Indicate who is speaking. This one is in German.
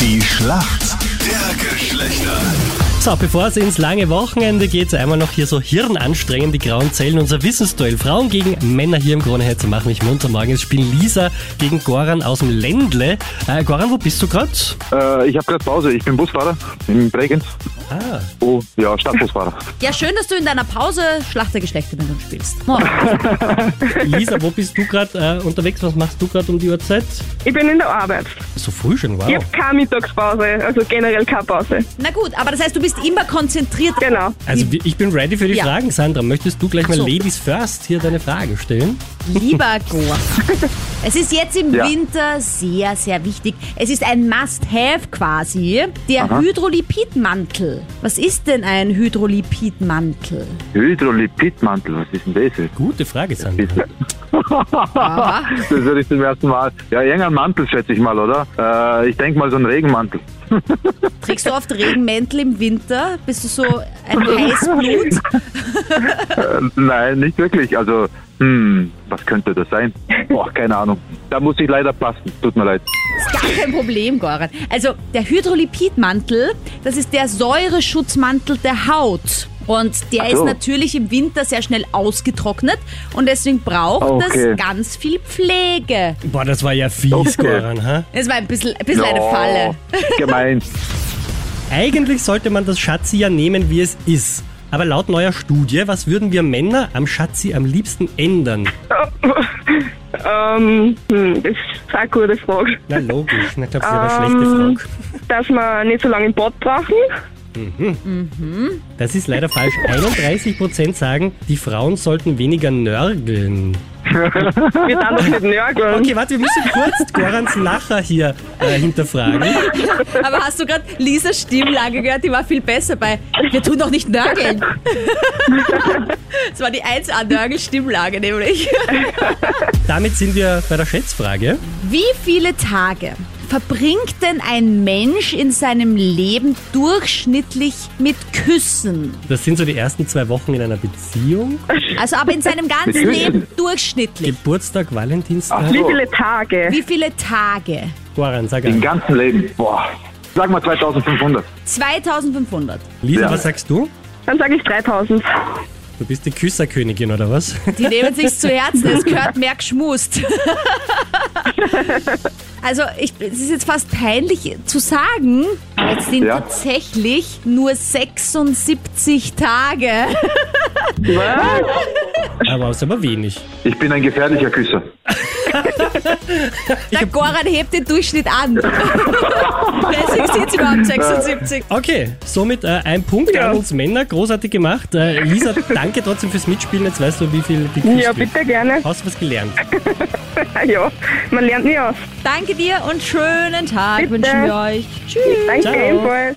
Speaker 1: Die Schlacht der Geschlechter.
Speaker 2: So, bevor es ins lange Wochenende geht, einmal noch hier so hirnanstrengend die grauen Zellen. Unser Wissensduell Frauen gegen Männer hier im Kroneheiz machen mich munter. Morgens spielen Lisa gegen Goran aus dem Ländle. Äh, Goran, wo bist du gerade?
Speaker 3: Äh, ich habe gerade Pause. Ich bin Busfahrer in Bregenz.
Speaker 2: Ah,
Speaker 3: Oh, ja, Stadtbusfahrer.
Speaker 4: Ja, schön, dass du in deiner Pause Schlachtergeschlechter mit uns spielst. Moin.
Speaker 2: Lisa, wo bist du gerade äh, unterwegs? Was machst du gerade um die Uhrzeit?
Speaker 5: Ich bin in der Arbeit.
Speaker 2: So früh schon, wow.
Speaker 5: Ich habe keine Mittagspause, also generell keine Pause.
Speaker 4: Na gut, aber das heißt, du bist immer konzentriert.
Speaker 5: Genau.
Speaker 2: Also wir- ich bin ready für die
Speaker 4: Ja.
Speaker 2: Fragen, Sandra. Möchtest du gleich mal
Speaker 4: Ach so.
Speaker 2: Ladies First hier deine Fragen stellen?
Speaker 4: Lieber Goa. Es ist jetzt im
Speaker 3: Ja.
Speaker 4: Winter sehr, sehr wichtig. Es ist ein Must-Have quasi. Der Hydrolipidmantel. Was ist denn ein Hydrolipidmantel?
Speaker 3: Hydrolipidmantel, was ist denn das? jetzt?
Speaker 2: Gute Frage, Sandra.
Speaker 3: Das höre ich zum ersten Mal. Ja, irgendein Mantel, schätze ich mal, oder? Äh, ich denke mal so ein Regenmantel.
Speaker 4: Trägst du oft Regenmäntel im Winter? Bist du so ein Heißblut?
Speaker 3: Äh, nein, nicht wirklich. Also, hm, was könnte das sein? Boah, keine Ahnung. Da muss ich leider passen. Tut mir leid.
Speaker 4: Ist gar kein Problem, Goran. Also der Hydrolipidmantel, das ist der Säureschutzmantel der Haut. Und der
Speaker 3: Ach so.
Speaker 4: ist natürlich im Winter sehr schnell ausgetrocknet und deswegen braucht
Speaker 3: Okay.
Speaker 4: das ganz viel Pflege.
Speaker 2: Boah, das war ja fies,
Speaker 3: Okay.
Speaker 2: Goran. Ha?
Speaker 4: Das war ein bisschen, ein bisschen eine
Speaker 3: Ja,
Speaker 4: Falle.
Speaker 3: Gemein.
Speaker 2: Eigentlich sollte man das Schatzi ja nehmen, wie es ist. Aber laut neuer Studie, was würden wir Männer am Schatzi am liebsten ändern?
Speaker 5: Ähm, hm, das ist eine gute Frage.
Speaker 2: Na logisch, na glaube, das ist aber eine
Speaker 5: Ähm.
Speaker 2: schlechte Frage.
Speaker 5: Dass wir nicht so lange im Bad brauchen.
Speaker 2: Das ist leider falsch. 31% sagen, die Frauen sollten weniger nörgeln.
Speaker 5: Wir dann doch nicht nörgeln.
Speaker 2: Okay, warte, wir müssen kurz Gorans Lacher hier äh, hinterfragen.
Speaker 4: Aber hast du gerade Lisas Stimmlage gehört? Die war viel besser bei Wir tun doch nicht nörgeln. das war die 1A-Nörgel-Stimmlage nämlich.
Speaker 2: Damit sind wir bei der Schätzfrage.
Speaker 4: Wie viele Tage verbringt denn ein Mensch in seinem Leben durchschnittlich mit Küssen?
Speaker 2: Das sind so die ersten zwei Wochen in einer Beziehung.
Speaker 4: Also aber in seinem ganzen
Speaker 3: Küssen?
Speaker 4: Leben durchschnittlich.
Speaker 2: Geburtstag, Valentinstag.
Speaker 3: Ach
Speaker 5: Wie
Speaker 3: so,
Speaker 5: viele Tage?
Speaker 4: Wie viele Tage?
Speaker 2: Goran, sag
Speaker 3: im
Speaker 2: an.
Speaker 3: ganzen Leben. Boah. Sag mal 2500.
Speaker 4: 2500.
Speaker 2: Lisa,
Speaker 3: Ja.
Speaker 2: was sagst du?
Speaker 5: Dann sage ich 3000.
Speaker 2: Du bist die Küsserkönigin, oder was?
Speaker 4: Die nehmen sich's zu Herzen. Es gehört mehr geschmust. Also ich, es ist jetzt fast peinlich zu sagen, aber es sind
Speaker 3: Ja.
Speaker 4: tatsächlich nur 76 Tage.
Speaker 2: Aber ist aber wenig.
Speaker 3: Ich bin ein gefährlicher Küsser.
Speaker 4: Der Goran hebt den Durchschnitt an. Deswegen sind es überhaupt 76.
Speaker 2: Okay, somit äh, ein Punkt
Speaker 5: Ja.
Speaker 2: an uns Männer. Großartig gemacht. Äh, Lisa, danke trotzdem fürs Mitspielen. Jetzt weißt du, wie viel die Küste
Speaker 5: Ja, bitte gerne.
Speaker 2: Hast du was gelernt?
Speaker 5: Ja, man lernt nie aus.
Speaker 4: Danke dir und schönen Tag
Speaker 5: Bitte.
Speaker 4: wünschen wir euch. Tschüss.
Speaker 5: Danke
Speaker 2: Ciao.
Speaker 5: ebenfalls.